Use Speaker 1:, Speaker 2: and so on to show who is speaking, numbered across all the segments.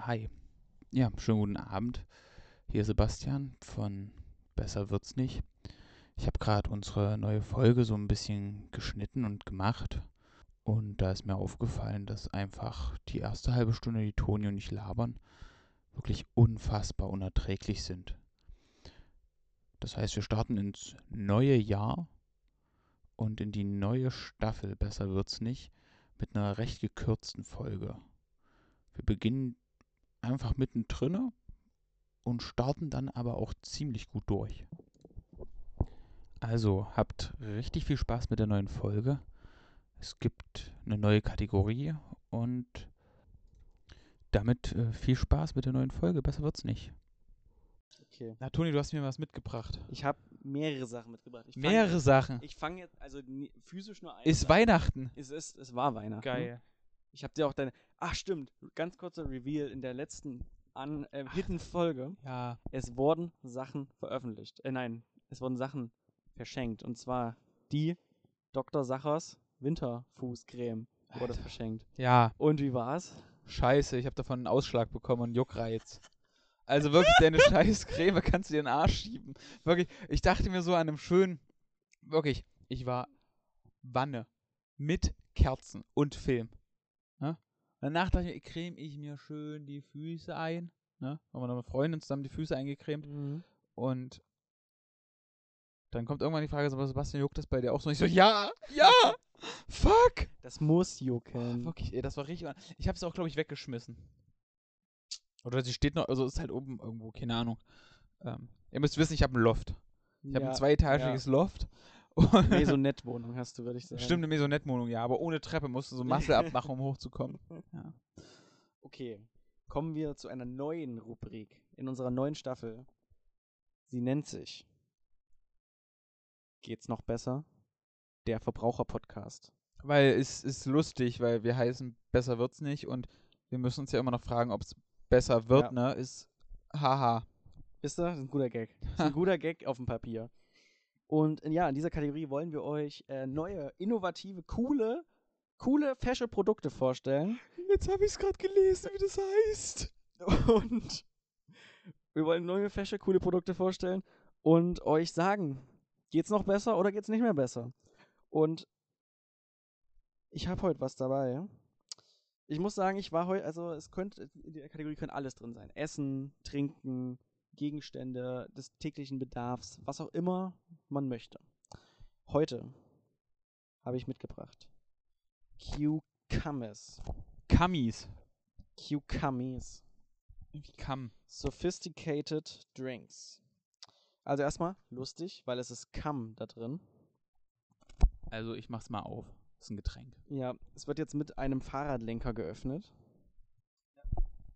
Speaker 1: Hi. Ja, schönen guten Abend. Hier Sebastian von Besser wird's nicht. Ich habe gerade unsere neue Folge so ein bisschen geschnitten und gemacht. Und da ist mir aufgefallen, dass einfach die erste halbe Stunde, die Toni und ich labern, wirklich unfassbar unerträglich sind. Das heißt, wir starten ins neue Jahr und in die neue Staffel Besser wird's nicht mit einer recht gekürzten Folge. Wir beginnen einfach mittendrin und starten dann aber auch ziemlich gut durch. Also habt richtig viel Spaß mit der neuen Folge. Es gibt eine neue Kategorie und damit äh, viel Spaß mit der neuen Folge. Besser wird's nicht.
Speaker 2: Okay.
Speaker 1: Na, Toni, du hast mir was mitgebracht.
Speaker 2: Ich habe mehrere Sachen mitgebracht. Ich fang-
Speaker 1: Mehrere Sachen.
Speaker 2: Ich fange jetzt, also ni- physisch nur ein.
Speaker 1: Ist Weihnachten.
Speaker 2: Es, ist, es war Weihnachten. Ich habe dir auch deine. Ach, stimmt. Ganz kurzer Reveal in der letzten an, äh, hidden Folge.
Speaker 1: Ja.
Speaker 2: Es wurden Sachen veröffentlicht. Äh, nein, es wurden Sachen verschenkt. Und zwar die Dr. Sachers Winterfußcreme wurde
Speaker 1: Alter.
Speaker 2: verschenkt.
Speaker 1: Ja.
Speaker 2: Und wie war's?
Speaker 1: Scheiße, ich habe davon einen Ausschlag bekommen und Juckreiz. Also wirklich, deine scheiß Creme kannst du dir in den Arsch schieben. Wirklich, ich dachte mir so an einem schönen, wirklich, ich war Wanne mit Kerzen und Film. Ne? Danach dachte ich mir, creme ich mir schön die Füße ein. Ne? Haben wir noch mit Freunden zusammen die Füße eingecremt. Und dann kommt irgendwann die Frage, so, Sebastian, juckt das bei dir auch so? Und ich so, ja, ja, fuck.
Speaker 2: Das muss
Speaker 1: Oh,
Speaker 2: jucken.
Speaker 1: wirklich, ey, das war richtig. un- Ich habe es auch, glaube ich, weggeschmissen. Oder sie steht noch, also ist halt oben irgendwo, keine Ahnung. Ähm, ihr müsst wissen, ich habe ein Loft. Ich habe ein zweietagiges Loft. Und
Speaker 2: Maisonette-Wohnung hast du, würde ich sagen.
Speaker 1: Stimmt, eine Maisonette-Wohnung, ja, aber ohne Treppe musst du so Masse abmachen, um hochzukommen.
Speaker 2: Okay, kommen wir zu einer neuen Rubrik in unserer neuen Staffel. Sie nennt sich Geht's noch besser? Der Verbraucher-Podcast.
Speaker 1: Weil es ist lustig, weil wir heißen Besser wird's nicht und wir müssen uns ja immer noch fragen, ob es besser wird,
Speaker 2: Ja.
Speaker 1: ne? Ist haha.
Speaker 2: Wisst ihr, das ist ein guter Gag. Das ist ein guter Gag auf dem Papier. Und äh, ja, in dieser Kategorie wollen wir euch äh, neue, innovative, coole, coole, fesche Produkte vorstellen.
Speaker 1: Jetzt habe ich es gerade gelesen, wie das heißt.
Speaker 2: Und wir wollen neue, fesche, coole Produkte vorstellen und euch sagen, geht's noch besser oder geht's nicht mehr besser? Und ich habe heute was dabei. Ich muss sagen, ich war heute, also es könnte, in der Kategorie könnte alles drin sein. Essen, Trinken, Gegenstände des täglichen Bedarfs, was auch immer man möchte. Heute habe ich mitgebracht Cucumbers.
Speaker 1: Kammis.
Speaker 2: Cucumbers.
Speaker 1: Irgendwie Kamm.
Speaker 2: Sophisticated Drinks. Also erstmal lustig, weil es ist Cum da drin.
Speaker 1: Also ich mach's mal auf. Ist ein Getränk.
Speaker 2: Ja, es wird jetzt mit einem Fahrradlenker geöffnet.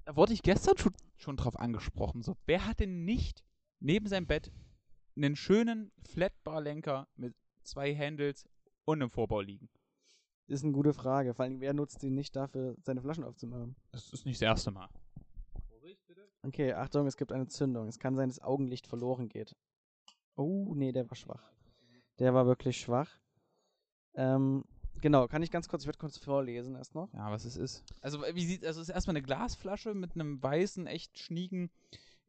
Speaker 1: Da wurde ich gestern schon, schon drauf angesprochen. So, wer hat denn nicht neben seinem Bett einen schönen Flatbar-Lenker mit zwei Handles und einem Vorbau liegen?
Speaker 2: Ist eine gute Frage. Vor allem, wer nutzt ihn nicht dafür, seine Flaschen aufzumachen?
Speaker 1: Das ist nicht das erste Mal.
Speaker 2: Okay, Achtung, es gibt eine Zündung. Es kann sein, dass Augenlicht verloren geht. Oh, nee, der war schwach. Der war wirklich schwach. Ähm, genau, kann ich ganz kurz, ich werde kurz vorlesen erst noch.
Speaker 1: Ja, was es ist. Also, wie sieht, also es ist erstmal eine Glasflasche mit einem weißen, echt schnieken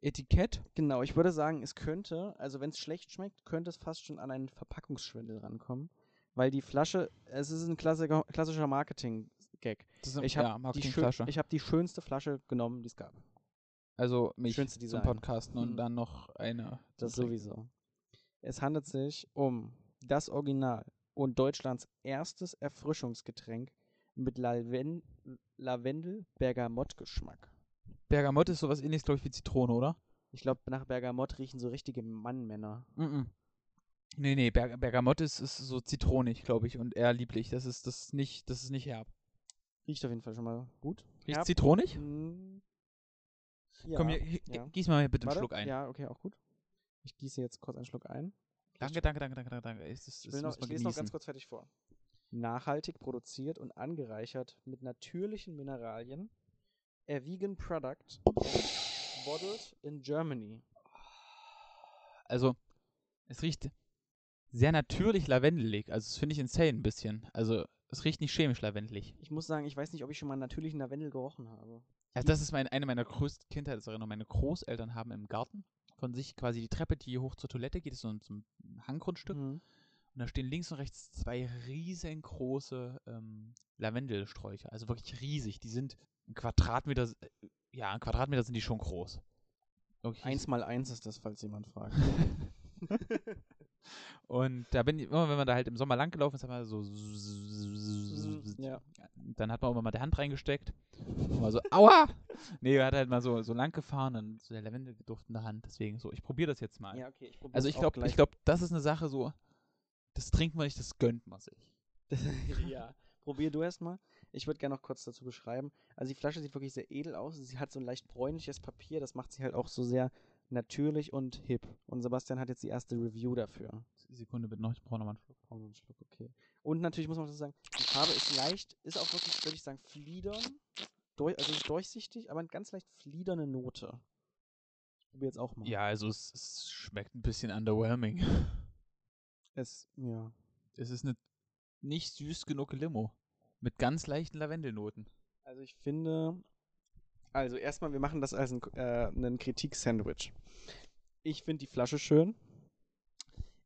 Speaker 1: Etikett.
Speaker 2: Genau, ich würde sagen, es könnte, also wenn es schlecht schmeckt, könnte es fast schon an einen Verpackungsschwindel rankommen. Weil die Flasche, es ist ein klassischer, klassischer Marketing-Gag.
Speaker 1: Das ist eine
Speaker 2: Ich
Speaker 1: ja,
Speaker 2: habe die, schön-
Speaker 1: Marketingflasche.
Speaker 2: ich hab die schönste Flasche genommen, die es gab.
Speaker 1: Also mich
Speaker 2: Schönste
Speaker 1: zum
Speaker 2: Design.
Speaker 1: Podcasten und
Speaker 2: Hm.
Speaker 1: dann noch eine.
Speaker 2: Das
Speaker 1: zum Trinken.
Speaker 2: sowieso. Es handelt sich um das Original und Deutschlands erstes Erfrischungsgetränk mit Laven Lavendel-Bergamott-Geschmack.
Speaker 1: Bergamotte ist sowas ähnliches, glaube ich, wie Zitrone, oder?
Speaker 2: Ich glaube, nach Bergamott riechen so richtige Mannmänner.
Speaker 1: Mm Nee, nee, Ber Bergamotte ne, ist, ist so zitronig, glaube ich, und eher lieblich. Das ist, das ist nicht, das ist nicht herb.
Speaker 2: Riecht auf jeden Fall schon mal gut.
Speaker 1: Riecht
Speaker 2: Herb.
Speaker 1: zitronig?
Speaker 2: Mm.
Speaker 1: Hm. Komm,
Speaker 2: Ja.
Speaker 1: hier, hier,
Speaker 2: ja.
Speaker 1: gieß mal hier bitte
Speaker 2: Warte.
Speaker 1: einen Schluck ein.
Speaker 2: Ja, okay, auch gut. Ich gieße jetzt kurz einen Schluck ein.
Speaker 1: Danke, danke, danke, danke, danke, danke. Es ist-
Speaker 2: Ich,
Speaker 1: es
Speaker 2: will noch,
Speaker 1: muss
Speaker 2: ich
Speaker 1: man
Speaker 2: lese noch ganz
Speaker 1: genießen.
Speaker 2: kurz fertig vor. Nachhaltig produziert und angereichert mit natürlichen Mineralien. A vegan product bottled in Germany.
Speaker 1: Also, es riecht sehr natürlich lavendelig. Also, das finde ich insane ein bisschen. Also, Es riecht nicht chemisch lavendelig.
Speaker 2: Ich muss sagen, ich weiß nicht, ob ich schon mal einen natürlichen Lavendel gerochen habe.
Speaker 1: Also das ist mein, eine meiner größten Kindheitserinnerungen. Meine Großeltern haben im Garten von sich quasi die Treppe, die hoch zur Toilette geht, ist so ein, so ein Hanggrundstück.
Speaker 2: Mhm.
Speaker 1: Und da stehen links und rechts zwei riesengroße ähm, Lavendelsträucher. Also wirklich riesig. Die sind ein Quadratmeter, s- äh, ja, ein Quadratmeter sind die schon groß. Wirklich
Speaker 2: Eins mal eins ist das, falls jemand fragt.
Speaker 1: Und da bin ich immer, wenn man da halt im Sommer lang gelaufen ist, hat man so.
Speaker 2: ja.
Speaker 1: Dann hat man auch immer mal die Hand reingesteckt. Und mal so, aua! Nee, man hat halt mal so, so lang gefahren und so der Lavendelduft in der Hand. Deswegen so, ich probiere das jetzt mal.
Speaker 2: ja, okay, ich probiere
Speaker 1: also ich glaube, ich glaub, das ist eine Sache so, das trinkt man nicht, das gönnt man sich.
Speaker 2: ja, probier du erst mal. Ich würde gerne noch kurz dazu beschreiben. Also die Flasche sieht wirklich sehr edel aus. Sie hat so ein leicht bräunliches Papier. Das macht sie halt auch so sehr natürlich und hip. Und Sebastian hat jetzt die erste Review dafür.
Speaker 1: Sekunde bitte noch, ich brauche nochmal einen Schluck.
Speaker 2: Brauchen wir einen Schluck, okay. Und natürlich muss man auch dazu sagen, die Farbe ist leicht, ist auch wirklich, würde ich sagen, fliedern. Durch, also nicht durchsichtig, aber eine ganz leicht fliederne Note. Ich probiere jetzt auch mal.
Speaker 1: Ja, also es, es schmeckt ein bisschen underwhelming.
Speaker 2: Es, ja.
Speaker 1: Es ist eine nicht süß genug Limo. Mit ganz leichten Lavendelnoten.
Speaker 2: Also ich finde, also erstmal, wir machen das als ein, äh, ein Kritik-Sandwich. Ich finde die Flasche schön.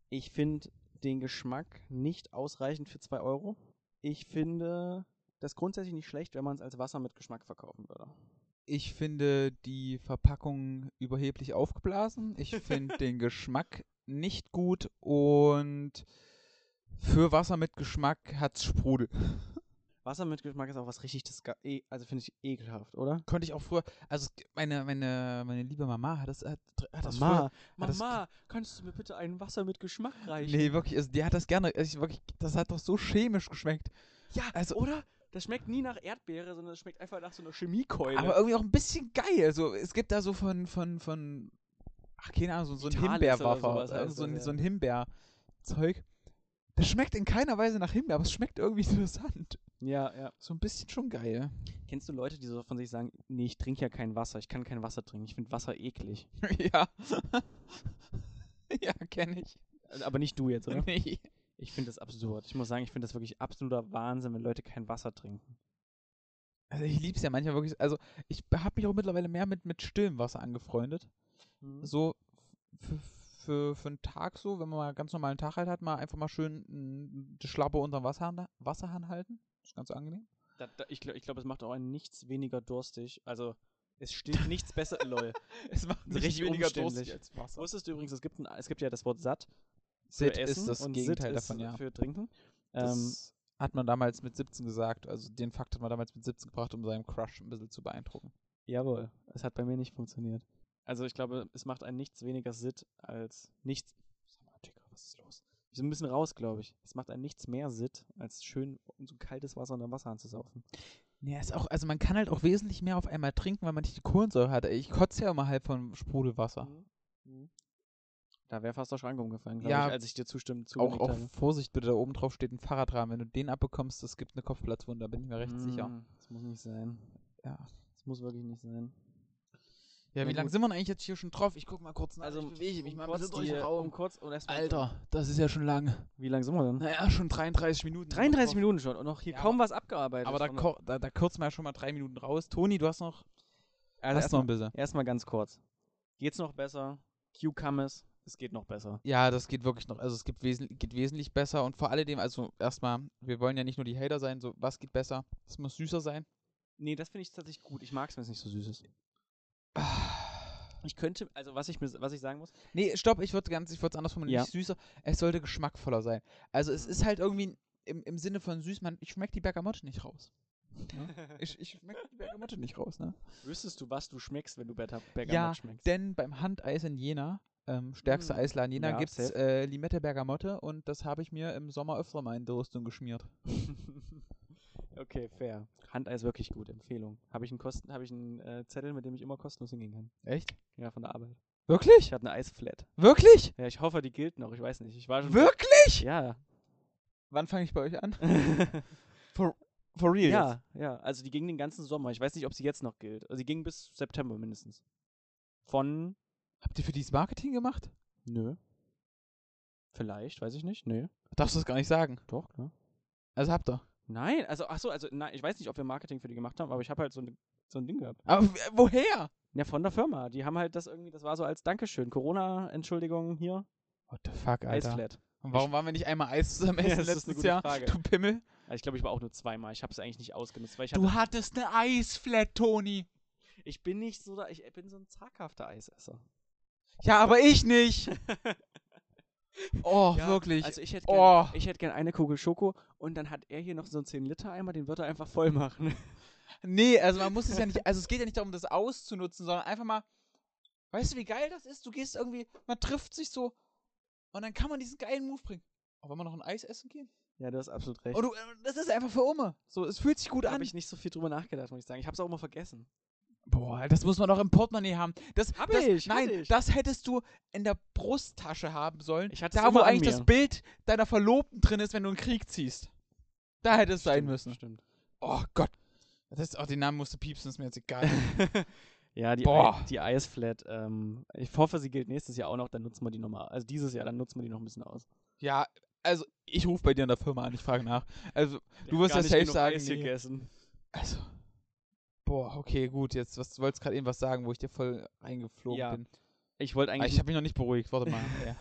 Speaker 2: Ich finde den Geschmack nicht ausreichend für 2 Euro. Ich finde das grundsätzlich nicht schlecht, wenn man es als Wasser mit Geschmack verkaufen würde.
Speaker 1: Ich finde die Verpackung überheblich aufgeblasen. Ich finde den Geschmack nicht gut und für Wasser mit Geschmack hat's Sprudel.
Speaker 2: Wasser mit Geschmack ist auch was richtig, disga- e- also finde ich ekelhaft, oder?
Speaker 1: Konnte ich auch früher, also es- meine, meine, meine liebe Mama hat das, hat, hat das früher, hat das-
Speaker 2: kannst du mir bitte ein Wasser mit Geschmack
Speaker 1: nee, wirklich, also die hat das gerne, also ich, wirklich, das hat doch so chemisch geschmeckt.
Speaker 2: ja,
Speaker 1: also-
Speaker 2: oder? Das schmeckt nie nach Erdbeere, sondern es schmeckt einfach nach so einer Chemiekeule.
Speaker 1: Aber irgendwie auch ein bisschen geil. Also, es gibt da so von, von, von ach, keine Ahnung, so, so ein
Speaker 2: Vitalis oder
Speaker 1: Himbeerwaffer.
Speaker 2: sowas
Speaker 1: Also
Speaker 2: heißt
Speaker 1: so,
Speaker 2: das,
Speaker 1: ein,
Speaker 2: ja.
Speaker 1: so ein Himbeerzeug. Das schmeckt in keiner Weise nach Himbeer, aber es schmeckt irgendwie interessant.
Speaker 2: ja, ja.
Speaker 1: So ein bisschen schon geil.
Speaker 2: Kennst du Leute, die so von sich sagen, nee, ich trinke ja kein Wasser, ich kann kein Wasser trinken, ich finde Wasser eklig.
Speaker 1: ja. ja, kenne ich.
Speaker 2: Also, Aber nicht du jetzt, oder?
Speaker 1: Nee.
Speaker 2: Ich finde das absurd. Ich muss sagen, ich finde das wirklich absoluter Wahnsinn, wenn Leute kein Wasser trinken.
Speaker 1: Also, ich lieb's ja manchmal wirklich. Also, ich habe mich auch mittlerweile mehr mit, mit stillem Wasser angefreundet.
Speaker 2: So.
Speaker 1: so für, für, für einen Tag so, wenn man mal einen ganz normalen Tag halt hat, mal einfach mal schön mm, die Schlappe unterm Wasserhahn, Wasserhahn halten. Ist ganz angenehm.
Speaker 2: Da, da, ich glaube, ich glaub, es macht auch einen nichts weniger durstig. Also, es stillt nichts besser. Lol.
Speaker 1: Es macht
Speaker 2: nicht weniger durstig
Speaker 1: als Wasser.
Speaker 2: Wusstest du übrigens, es gibt, ein, es gibt ja das Wort satt für
Speaker 1: Sit
Speaker 2: Essen
Speaker 1: ist das
Speaker 2: und
Speaker 1: Gegenteil
Speaker 2: Sitt ist
Speaker 1: davon, ja.
Speaker 2: für Trinken. Ähm,
Speaker 1: Das hat man damals mit 17 gesagt. Also den Fakt hat man damals mit 17 gebracht, um seinem Crush ein bisschen zu beeindrucken.
Speaker 2: jawohl, es hat bei mir nicht funktioniert. Also, ich glaube, es macht einen nichts weniger Sitt als nichts. Sag mal, Digga, was ist los? Ich bin ein bisschen raus, glaube ich. Es macht einen nichts mehr Sitt, als schön um so kaltes Wasser unter dem Wasser anzusaufen.
Speaker 1: Ja, ist auch, also man kann halt auch wesentlich mehr auf einmal trinken, weil man nicht die Kohlensäure hat. Ey, Ich kotze ja immer halb von Sprudelwasser.
Speaker 2: Mhm. Mhm. Da wäre fast der Schrank umgefallen, glaube
Speaker 1: Ja.
Speaker 2: ich, als ich dir zustimmt.
Speaker 1: Auch,
Speaker 2: zugenickt
Speaker 1: auch
Speaker 2: habe.
Speaker 1: Vorsicht bitte, da oben drauf steht ein Fahrradrahmen. Wenn du den abbekommst, das gibt eine Kopfplatzwunde, da bin ich mir recht sicher.
Speaker 2: Mm, Das muss nicht sein.
Speaker 1: Ja.
Speaker 2: Das muss wirklich nicht sein.
Speaker 1: Ja,
Speaker 2: Na
Speaker 1: wie lange
Speaker 2: gut.
Speaker 1: sind wir denn eigentlich jetzt hier schon drauf? Ich guck mal kurz nach. Also, ich bewege mich mal ein bisschen durch den Raum.
Speaker 2: um kurz und erstmal.
Speaker 1: Alter, das ist ja schon lang.
Speaker 2: Wie lang sind wir denn?
Speaker 1: Naja, schon 33 Minuten.
Speaker 2: 33 Minuten schon und noch hier
Speaker 1: Ja,
Speaker 2: kaum was abgearbeitet.
Speaker 1: Aber da,
Speaker 2: Von-
Speaker 1: ko- da, da kürzen wir ja schon mal drei Minuten raus. Toni, du hast noch,
Speaker 2: also
Speaker 1: hast noch ein
Speaker 2: erstmal
Speaker 1: bisschen.
Speaker 2: erstmal ganz kurz. Geht's noch besser? Q kam es. Es geht noch besser.
Speaker 1: Ja, das geht wirklich noch. Also es gibt wesen geht wesentlich besser und vor alledem, also erstmal, wir wollen ja nicht nur die Hater sein, so was geht besser? Es muss süßer sein.
Speaker 2: Nee, das finde ich tatsächlich gut. Ich mag es, wenn es nicht so süß ist. Ich könnte, also was ich, mir, was ich sagen muss,
Speaker 1: Nee, stopp, ich würde ganz, ich würde es anders formulieren.
Speaker 2: Ja.
Speaker 1: Nicht süßer, es sollte geschmackvoller sein. Also es ist halt irgendwie im, im Sinne von süß, man, ich schmecke die Bergamotte nicht raus. Ne? Ich, ich schmecke die Bergamotte nicht raus, ne?
Speaker 2: wüsstest du, was du schmeckst, wenn du Bergamot
Speaker 1: Ja,
Speaker 2: schmeckst?
Speaker 1: Denn beim Handeis in Jena, ähm, stärkste
Speaker 2: Mm.
Speaker 1: Eisladen Jena,
Speaker 2: Ja,
Speaker 1: gibt's gibt es
Speaker 2: safe.
Speaker 1: äh, Limette Bergamotte und das habe ich mir im Sommer öfter mal in die Rüstung geschmiert.
Speaker 2: okay, fair. Handeis wirklich gut, Empfehlung. Habe ich einen, Kosten, hab ich einen äh, Zettel, mit dem ich immer kostenlos hingehen kann.
Speaker 1: Echt?
Speaker 2: Ja, von der Arbeit. Ich
Speaker 1: Wirklich?
Speaker 2: habe eine Eisflat.
Speaker 1: Wirklich?
Speaker 2: Ja, ich hoffe, die gilt noch. Ich weiß nicht. Ich war schon.
Speaker 1: Wirklich?
Speaker 2: Ja.
Speaker 1: Wann fange ich bei euch an? For real? Ja.
Speaker 2: ja, ja. Also die ging den ganzen Sommer. Ich weiß nicht, ob sie jetzt noch gilt. Also sie ging bis September mindestens. Von.
Speaker 1: Habt ihr für dieses Marketing gemacht?
Speaker 2: Nö. Vielleicht, weiß ich nicht. Nö.
Speaker 1: Darfst du das gar nicht sagen.
Speaker 2: Doch, klar.
Speaker 1: Also habt ihr.
Speaker 2: Nein, also, ach so, also, nein, ich weiß nicht, ob wir Marketing für die gemacht haben, aber ich habe halt so, ein- so ein Ding gehabt.
Speaker 1: Aber w- woher?
Speaker 2: Ja, von der Firma. Die haben halt das irgendwie, das war so als Dankeschön. Corona-Entschuldigung hier.
Speaker 1: What the fuck, Alter.
Speaker 2: Eisflat.
Speaker 1: Und warum waren wir nicht einmal Eis zusammen
Speaker 2: Ja,
Speaker 1: essen
Speaker 2: das ist eine
Speaker 1: letztes
Speaker 2: gute
Speaker 1: Jahr?
Speaker 2: Frage.
Speaker 1: Du Pimmel.
Speaker 2: Also ich glaube, ich war auch nur zweimal. Ich habe es eigentlich nicht ausgenutzt, weil ich, hatte,
Speaker 1: Du hattest eine Eisflat, Toni.
Speaker 2: ich bin nicht so da, ich bin so ein zaghafter Eisesser.
Speaker 1: Ja, aber ich nicht. Oh,
Speaker 2: Ja,
Speaker 1: wirklich.
Speaker 2: Also ich hätte
Speaker 1: oh.
Speaker 2: gern, ich hätte gern eine Kugel Schoko und dann hat er hier noch so einen 10 Liter Eimer, den wird er einfach voll machen.
Speaker 1: Nee, also man muss es ja nicht, also es geht ja nicht darum, das auszunutzen, sondern einfach mal, weißt du, wie geil das ist? Du gehst irgendwie, man trifft sich so und dann kann man diesen geilen Move bringen. Oh, wollen wir noch ein Eis essen gehen?
Speaker 2: Ja, du hast absolut recht.
Speaker 1: Oh, du, äh, das ist einfach für Oma. So, es fühlt sich gut
Speaker 2: da
Speaker 1: an.
Speaker 2: habe ich nicht so viel drüber nachgedacht, muss ich sagen. Ich habe es auch immer vergessen.
Speaker 1: Boah, das muss man doch im Portemonnaie haben. Das,
Speaker 2: Hab
Speaker 1: das,
Speaker 2: ich, hab
Speaker 1: nein,
Speaker 2: ich.
Speaker 1: das hättest du in der Brusttasche haben sollen.
Speaker 2: Ich hatte es
Speaker 1: da, wo
Speaker 2: immer an
Speaker 1: eigentlich das
Speaker 2: mir.
Speaker 1: Bild deiner Verlobten drin ist, wenn du einen Krieg ziehst. Da hätte es sein
Speaker 2: Stimmt,
Speaker 1: müssen.
Speaker 2: Stimmt.
Speaker 1: Oh Gott. Das ist, oh, den Namen musst du piepsen, ist mir jetzt egal.
Speaker 2: ja, die,
Speaker 1: Boah.
Speaker 2: Ei- die Eisflat. Ähm, ich hoffe, sie gilt nächstes Jahr auch noch, dann nutzen wir die nochmal. Also dieses Jahr, dann nutzen wir die noch ein bisschen aus.
Speaker 1: Ja, also ich rufe bei dir in der Firma an, ich frage nach. Also,
Speaker 2: Wir
Speaker 1: wirst
Speaker 2: haben
Speaker 1: ja
Speaker 2: gar
Speaker 1: safe
Speaker 2: nicht genug
Speaker 1: sagen,
Speaker 2: Eis
Speaker 1: nee.
Speaker 2: gegessen.
Speaker 1: also. Boah, okay, gut, jetzt was, du wolltest gerade eben was sagen, wo ich dir voll eingeflogen
Speaker 2: Ja,
Speaker 1: bin.
Speaker 2: Ich wollte
Speaker 1: Ah,
Speaker 2: eigentlich
Speaker 1: ich habe mich noch nicht beruhigt, warte mal. ja.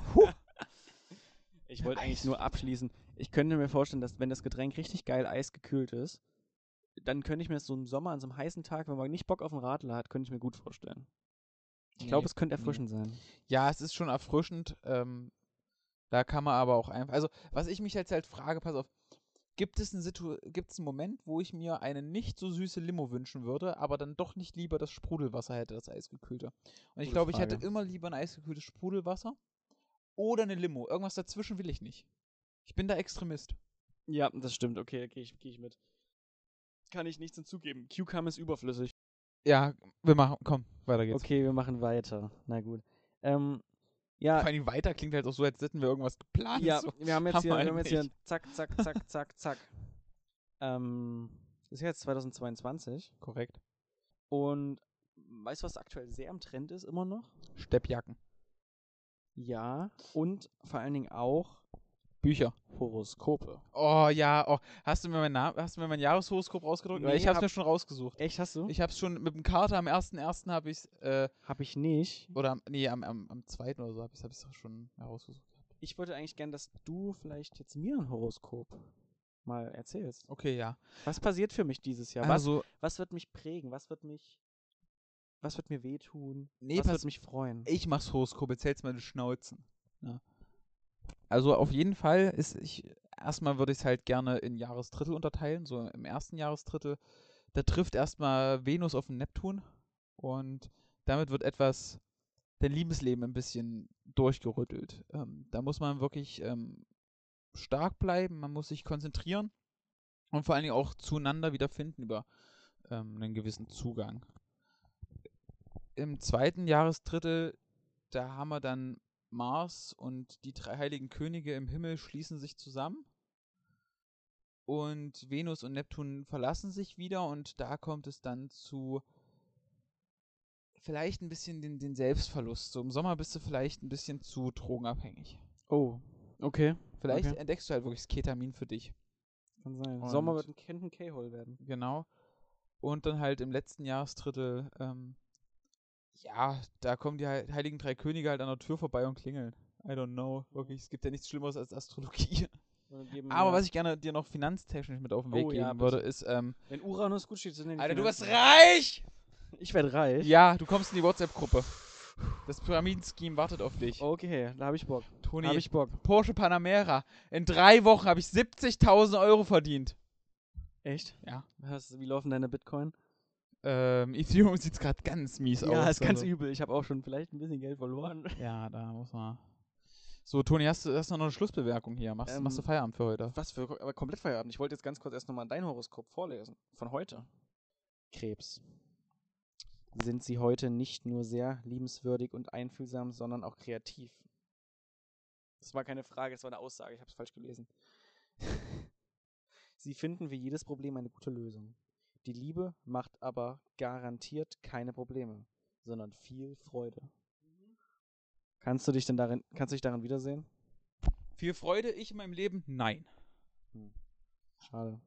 Speaker 2: Ich wollte eigentlich
Speaker 1: Eis.
Speaker 2: nur abschließen. Ich könnte mir vorstellen, dass wenn das Getränk richtig geil eisgekühlt ist, dann könnte ich mir das so im Sommer an so einem heißen Tag, wenn man nicht Bock auf einen Radler hat, könnte ich mir gut vorstellen. Ich glaube, es könnte erfrischend sein.
Speaker 1: Ja, es ist schon erfrischend. Ähm, da kann man aber auch einfach. Also, was ich mich jetzt halt frage, pass auf, gibt es einen, Situ gibt's einen Moment, wo ich mir eine nicht so süße Limo wünschen würde, aber dann doch nicht lieber das Sprudelwasser hätte, das eisgekühlte? Und ich
Speaker 2: Gute
Speaker 1: glaube, ich hätte
Speaker 2: Frage.
Speaker 1: immer lieber ein eisgekühltes Sprudelwasser oder eine Limo. Irgendwas dazwischen will ich nicht. Ich bin da Extremist.
Speaker 2: Ja, das stimmt. Okay, gehe ich, geh ich mit. Kann ich nichts hinzugeben. Cucum ist überflüssig.
Speaker 1: Ja, wir machen. Komm, weiter geht's.
Speaker 2: Okay, wir machen weiter. Na gut. Ähm,
Speaker 1: Vor
Speaker 2: ja,
Speaker 1: allem weiter klingt halt auch so, als hätten wir irgendwas geplant.
Speaker 2: ja
Speaker 1: so.
Speaker 2: wir haben jetzt
Speaker 1: haben
Speaker 2: hier,
Speaker 1: wir
Speaker 2: wir haben jetzt hier
Speaker 1: nicht.
Speaker 2: zack, zack, zack, zack, zack. Ähm, ist jetzt 2022
Speaker 1: Korrekt.
Speaker 2: und weißt du, was aktuell sehr im Trend ist immer noch?
Speaker 1: Steppjacken.
Speaker 2: Ja, und vor allen Dingen auch
Speaker 1: Bücher.
Speaker 2: Horoskope.
Speaker 1: Oh ja, oh. hast du mir meinen Namen, hast du mir mein Jahreshoroskop rausgedrückt? Weil
Speaker 2: Nee,
Speaker 1: ich hab's
Speaker 2: hab- Hm?
Speaker 1: mir schon rausgesucht.
Speaker 2: Echt, hast du?
Speaker 1: Ich hab's schon mit dem Kater am 1.1. habe ich's, äh,
Speaker 2: Hab ich nicht.
Speaker 1: oder am, nee, am, am, am 2. oder so habe ich's, hab ich's schon herausgesucht.
Speaker 2: Ich wollte eigentlich gern, dass du vielleicht jetzt mir ein Horoskop mal erzählst.
Speaker 1: Okay, ja.
Speaker 2: Was passiert für mich dieses Jahr? Was,
Speaker 1: also,
Speaker 2: was wird mich prägen? Was wird mich. Was wird mir wehtun?
Speaker 1: Nee,
Speaker 2: was
Speaker 1: pass-
Speaker 2: wird mich freuen?
Speaker 1: ich mach's Horoskop, jetzt hältst meine Schnauzen. Ja. Also auf jeden Fall ist ich, erstmal würde ich es halt gerne in Jahresdrittel unterteilen, so im ersten Jahresdrittel. Da trifft erstmal Venus auf den Neptun und damit wird etwas dein Liebesleben ein bisschen durchgerüttelt. Ähm, da muss man wirklich ähm, stark bleiben, man muss sich konzentrieren und vor allen Dingen auch zueinander wiederfinden über ähm, einen gewissen Zugang. Im zweiten Jahresdrittel, da haben wir dann Mars und die drei heiligen Könige im Himmel schließen sich zusammen. Und Venus und Neptun verlassen sich wieder und da kommt es dann zu vielleicht ein bisschen den, den Selbstverlust. So im Sommer bist du vielleicht ein bisschen zu drogenabhängig.
Speaker 2: Oh, okay.
Speaker 1: Vielleicht
Speaker 2: Okay.
Speaker 1: entdeckst du halt wirklich das Ketamin für dich.
Speaker 2: Kann sein.
Speaker 1: Und-
Speaker 2: Sommer wird ein Kenton K-Hole werden.
Speaker 1: Genau. Und dann halt im letzten Jahresdrittel, ähm, ja, da kommen die Heil- Heiligen Drei Könige halt an der Tür vorbei und klingeln. I don't know. Wirklich, es gibt ja nichts Schlimmeres als Astrologie. Aber was ich gerne dir noch finanztechnisch mit auf den Weg
Speaker 2: Oh,
Speaker 1: geben
Speaker 2: ja,
Speaker 1: würde, ist, ähm,
Speaker 2: Wenn Uranus gut steht, sind die
Speaker 1: Alter, du wirst
Speaker 2: Finanzen-
Speaker 1: reich!
Speaker 2: Ich werde reich.
Speaker 1: Ja, du kommst in die WhatsApp-Gruppe. Das Pyramiden-Scheme wartet auf dich.
Speaker 2: Okay, da habe ich Bock. Da
Speaker 1: Toni,
Speaker 2: habe Oh, ich Bock.
Speaker 1: Porsche Panamera. In drei Wochen habe ich 70.000 Euro verdient.
Speaker 2: Echt?
Speaker 1: Ja.
Speaker 2: Was, wie laufen deine Bitcoin?
Speaker 1: Ähm, Ethereum sieht gerade ganz mies aus.
Speaker 2: ja, ist ganz
Speaker 1: also.
Speaker 2: übel. Ich habe auch schon vielleicht ein bisschen Geld verloren.
Speaker 1: Ja, da muss man. So, Toni, hast du, hast du noch eine Schlussbewerkung hier? Machst,
Speaker 2: Ähm,
Speaker 1: machst du Feierabend für heute?
Speaker 2: Was für aber komplett Feierabend. Ich wollte jetzt ganz kurz erst nochmal dein Horoskop vorlesen. Von heute. Krebs. Sind Sie heute nicht nur sehr liebenswürdig und einfühlsam, sondern auch kreativ? Das war keine Frage, das war eine Aussage. Ich habe es falsch gelesen. Sie finden für jedes Problem eine gute Lösung. Die Liebe macht aber garantiert keine Probleme, sondern viel Freude. Mhm. Kannst du dich denn darin, kannst du dich darin wiedersehen?
Speaker 1: Viel Freude, ich in meinem Leben? Nein.
Speaker 2: Schade.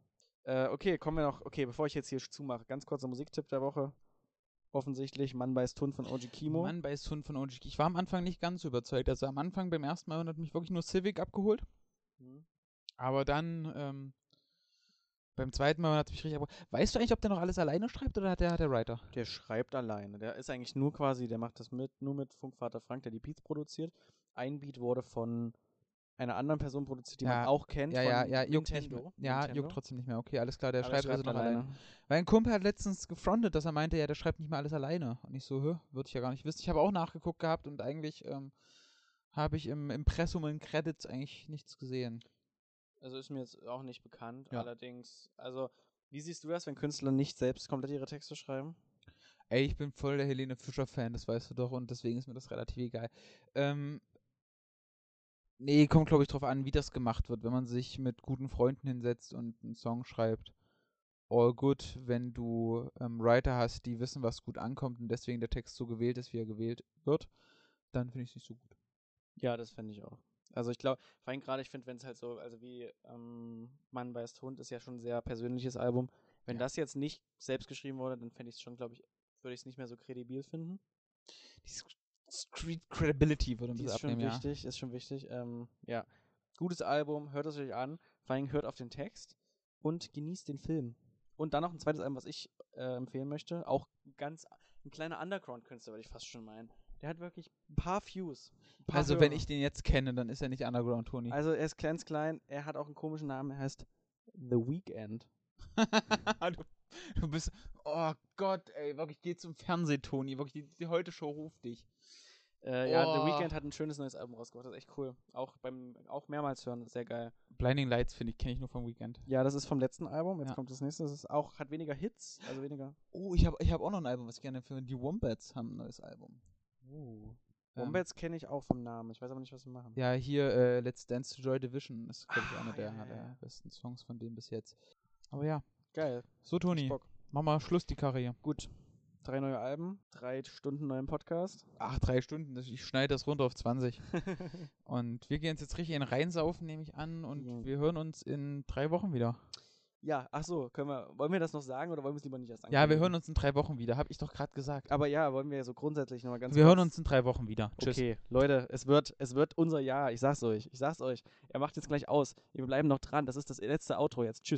Speaker 2: Äh, okay, kommen wir noch. Okay, bevor ich jetzt hier zumache, ganz kurzer Musiktipp der Woche. Offensichtlich Mann beißt Hund von OG Kimo.
Speaker 1: Mann, bei Sun von OG. Ich war am Anfang nicht ganz so überzeugt. Also am Anfang beim ersten Mal hat mich wirklich nur Civic abgeholt.
Speaker 2: Hm.
Speaker 1: Aber dann ähm, beim zweiten Mal hat es mich richtig abgeholt. Weißt du eigentlich, ob der noch alles alleine schreibt oder hat der, hat der Writer?
Speaker 2: Der schreibt alleine. Der ist eigentlich nur quasi, der macht das mit, nur mit Funkvater Frank, der die Beats produziert. Ein Beat wurde von einer anderen Person produziert, die man
Speaker 1: Ja,
Speaker 2: auch kennt. von
Speaker 1: juckt
Speaker 2: Nintendo.
Speaker 1: nicht mehr. Ja,
Speaker 2: Nintendo.
Speaker 1: juckt trotzdem nicht mehr. Okay, alles klar, der
Speaker 2: Aber
Speaker 1: schreibt also noch alleine. Weil ein Kumpel hat letztens gefrontet, dass er meinte, ja, der schreibt nicht mal alles alleine. Und ich so, hä, würde ich ja gar nicht wissen. Ich habe auch nachgeguckt gehabt und eigentlich ähm, habe ich im Impressum in Credits eigentlich nichts gesehen.
Speaker 2: Also ist mir jetzt auch nicht bekannt.
Speaker 1: Ja.
Speaker 2: Allerdings, also, wie siehst du das, wenn Künstler nicht selbst komplett ihre Texte schreiben?
Speaker 1: Ey, ich bin voll der Helene Fischer-Fan, das weißt du doch, und deswegen ist mir das relativ egal. Ähm, nee, kommt, glaube ich, drauf an, wie das gemacht wird, wenn man sich mit guten Freunden hinsetzt und einen Song schreibt. All good, wenn du ähm, Writer hast, die wissen, was gut ankommt und deswegen der Text so gewählt ist, wie er gewählt wird, dann finde ich es nicht so gut.
Speaker 2: Ja, das fände ich auch. Also ich glaube, vor allem gerade, ich finde, wenn es halt so, also wie ähm, Mann beißt Hund ist ja schon ein sehr persönliches Album. Wenn
Speaker 1: Ja.
Speaker 2: das jetzt nicht selbst geschrieben wurde, dann fände ich es schon, glaube ich, würde ich es nicht mehr so kredibil finden.
Speaker 1: Die Sc- Street Credibility würde ein
Speaker 2: Die
Speaker 1: bisschen
Speaker 2: ist schon
Speaker 1: abnehmen, ja.
Speaker 2: wichtig, ist schon wichtig. Ähm, ja, gutes Album, hört es euch an. Vor allem hört auf den Text und genießt den Film. Und dann noch ein zweites Album, was ich äh, empfehlen möchte. Auch ganz ein kleiner Underground-Künstler, würde ich fast schon meinen. Der hat wirklich ein paar Views. ein paar
Speaker 1: Also wenn
Speaker 2: Hörer.
Speaker 1: ich den jetzt kenne, dann ist er nicht Underground Tony.
Speaker 2: Also er ist ganz klein, er hat auch einen komischen Namen, er heißt The Weekend.
Speaker 1: du, du bist, oh Gott, ey, wirklich, geh zum Fernseh, Toni, wirklich, die, die Heute-Show ruft dich.
Speaker 2: Äh, Ja, The
Speaker 1: Oh.
Speaker 2: Weekend hat ein schönes neues Album rausgebracht, das ist echt cool. Auch beim auch mehrmals hören, sehr geil.
Speaker 1: Blinding Lights, finde ich, kenne ich nur vom Weekend.
Speaker 2: Ja, das ist vom letzten Album, jetzt
Speaker 1: Ja.
Speaker 2: kommt das nächste, das ist auch hat weniger Hits, also weniger.
Speaker 1: Oh, ich habe ich hab auch noch ein Album, was ich gerne für Die Wombats haben ein neues Album. Ähm,
Speaker 2: Oh. Wombats kenne ich auch vom Namen, ich weiß aber nicht, was sie machen.
Speaker 1: Ja, hier äh, Let's Dance to Joy Division ist, glaube ich,
Speaker 2: Ah,
Speaker 1: einer
Speaker 2: ja,
Speaker 1: der,
Speaker 2: ja, ja.
Speaker 1: der besten Songs von denen bis jetzt. Aber ja,
Speaker 2: Geil,
Speaker 1: so
Speaker 2: ich
Speaker 1: Toni,
Speaker 2: Bock.
Speaker 1: mach mal Schluss die Karriere.
Speaker 2: Gut. Drei neue Alben, drei Stunden neuen Podcast.
Speaker 1: Ach, drei Stunden, das- ich schneide das runter auf 20. Und wir gehen uns jetzt richtig in reinsaufen, nehme ich an. Und
Speaker 2: Ja.
Speaker 1: wir hören uns in drei Wochen wieder.
Speaker 2: ja, ach so, können wir wollen wir das noch sagen oder wollen wir es lieber nicht erst
Speaker 1: Ja, wir
Speaker 2: ankündigen?
Speaker 1: hören uns in drei Wochen wieder, habe ich doch gerade gesagt.
Speaker 2: aber ja, wollen wir so grundsätzlich nochmal ganz
Speaker 1: wir
Speaker 2: kurz
Speaker 1: hören uns in drei Wochen wieder. Tschüss.
Speaker 2: Okay, Leute, es wird, es wird unser Jahr. Ich sag's euch. Ich sag's euch. Er macht jetzt gleich aus. Wir bleiben noch dran. Das ist das letzte Outro jetzt. Tschüss.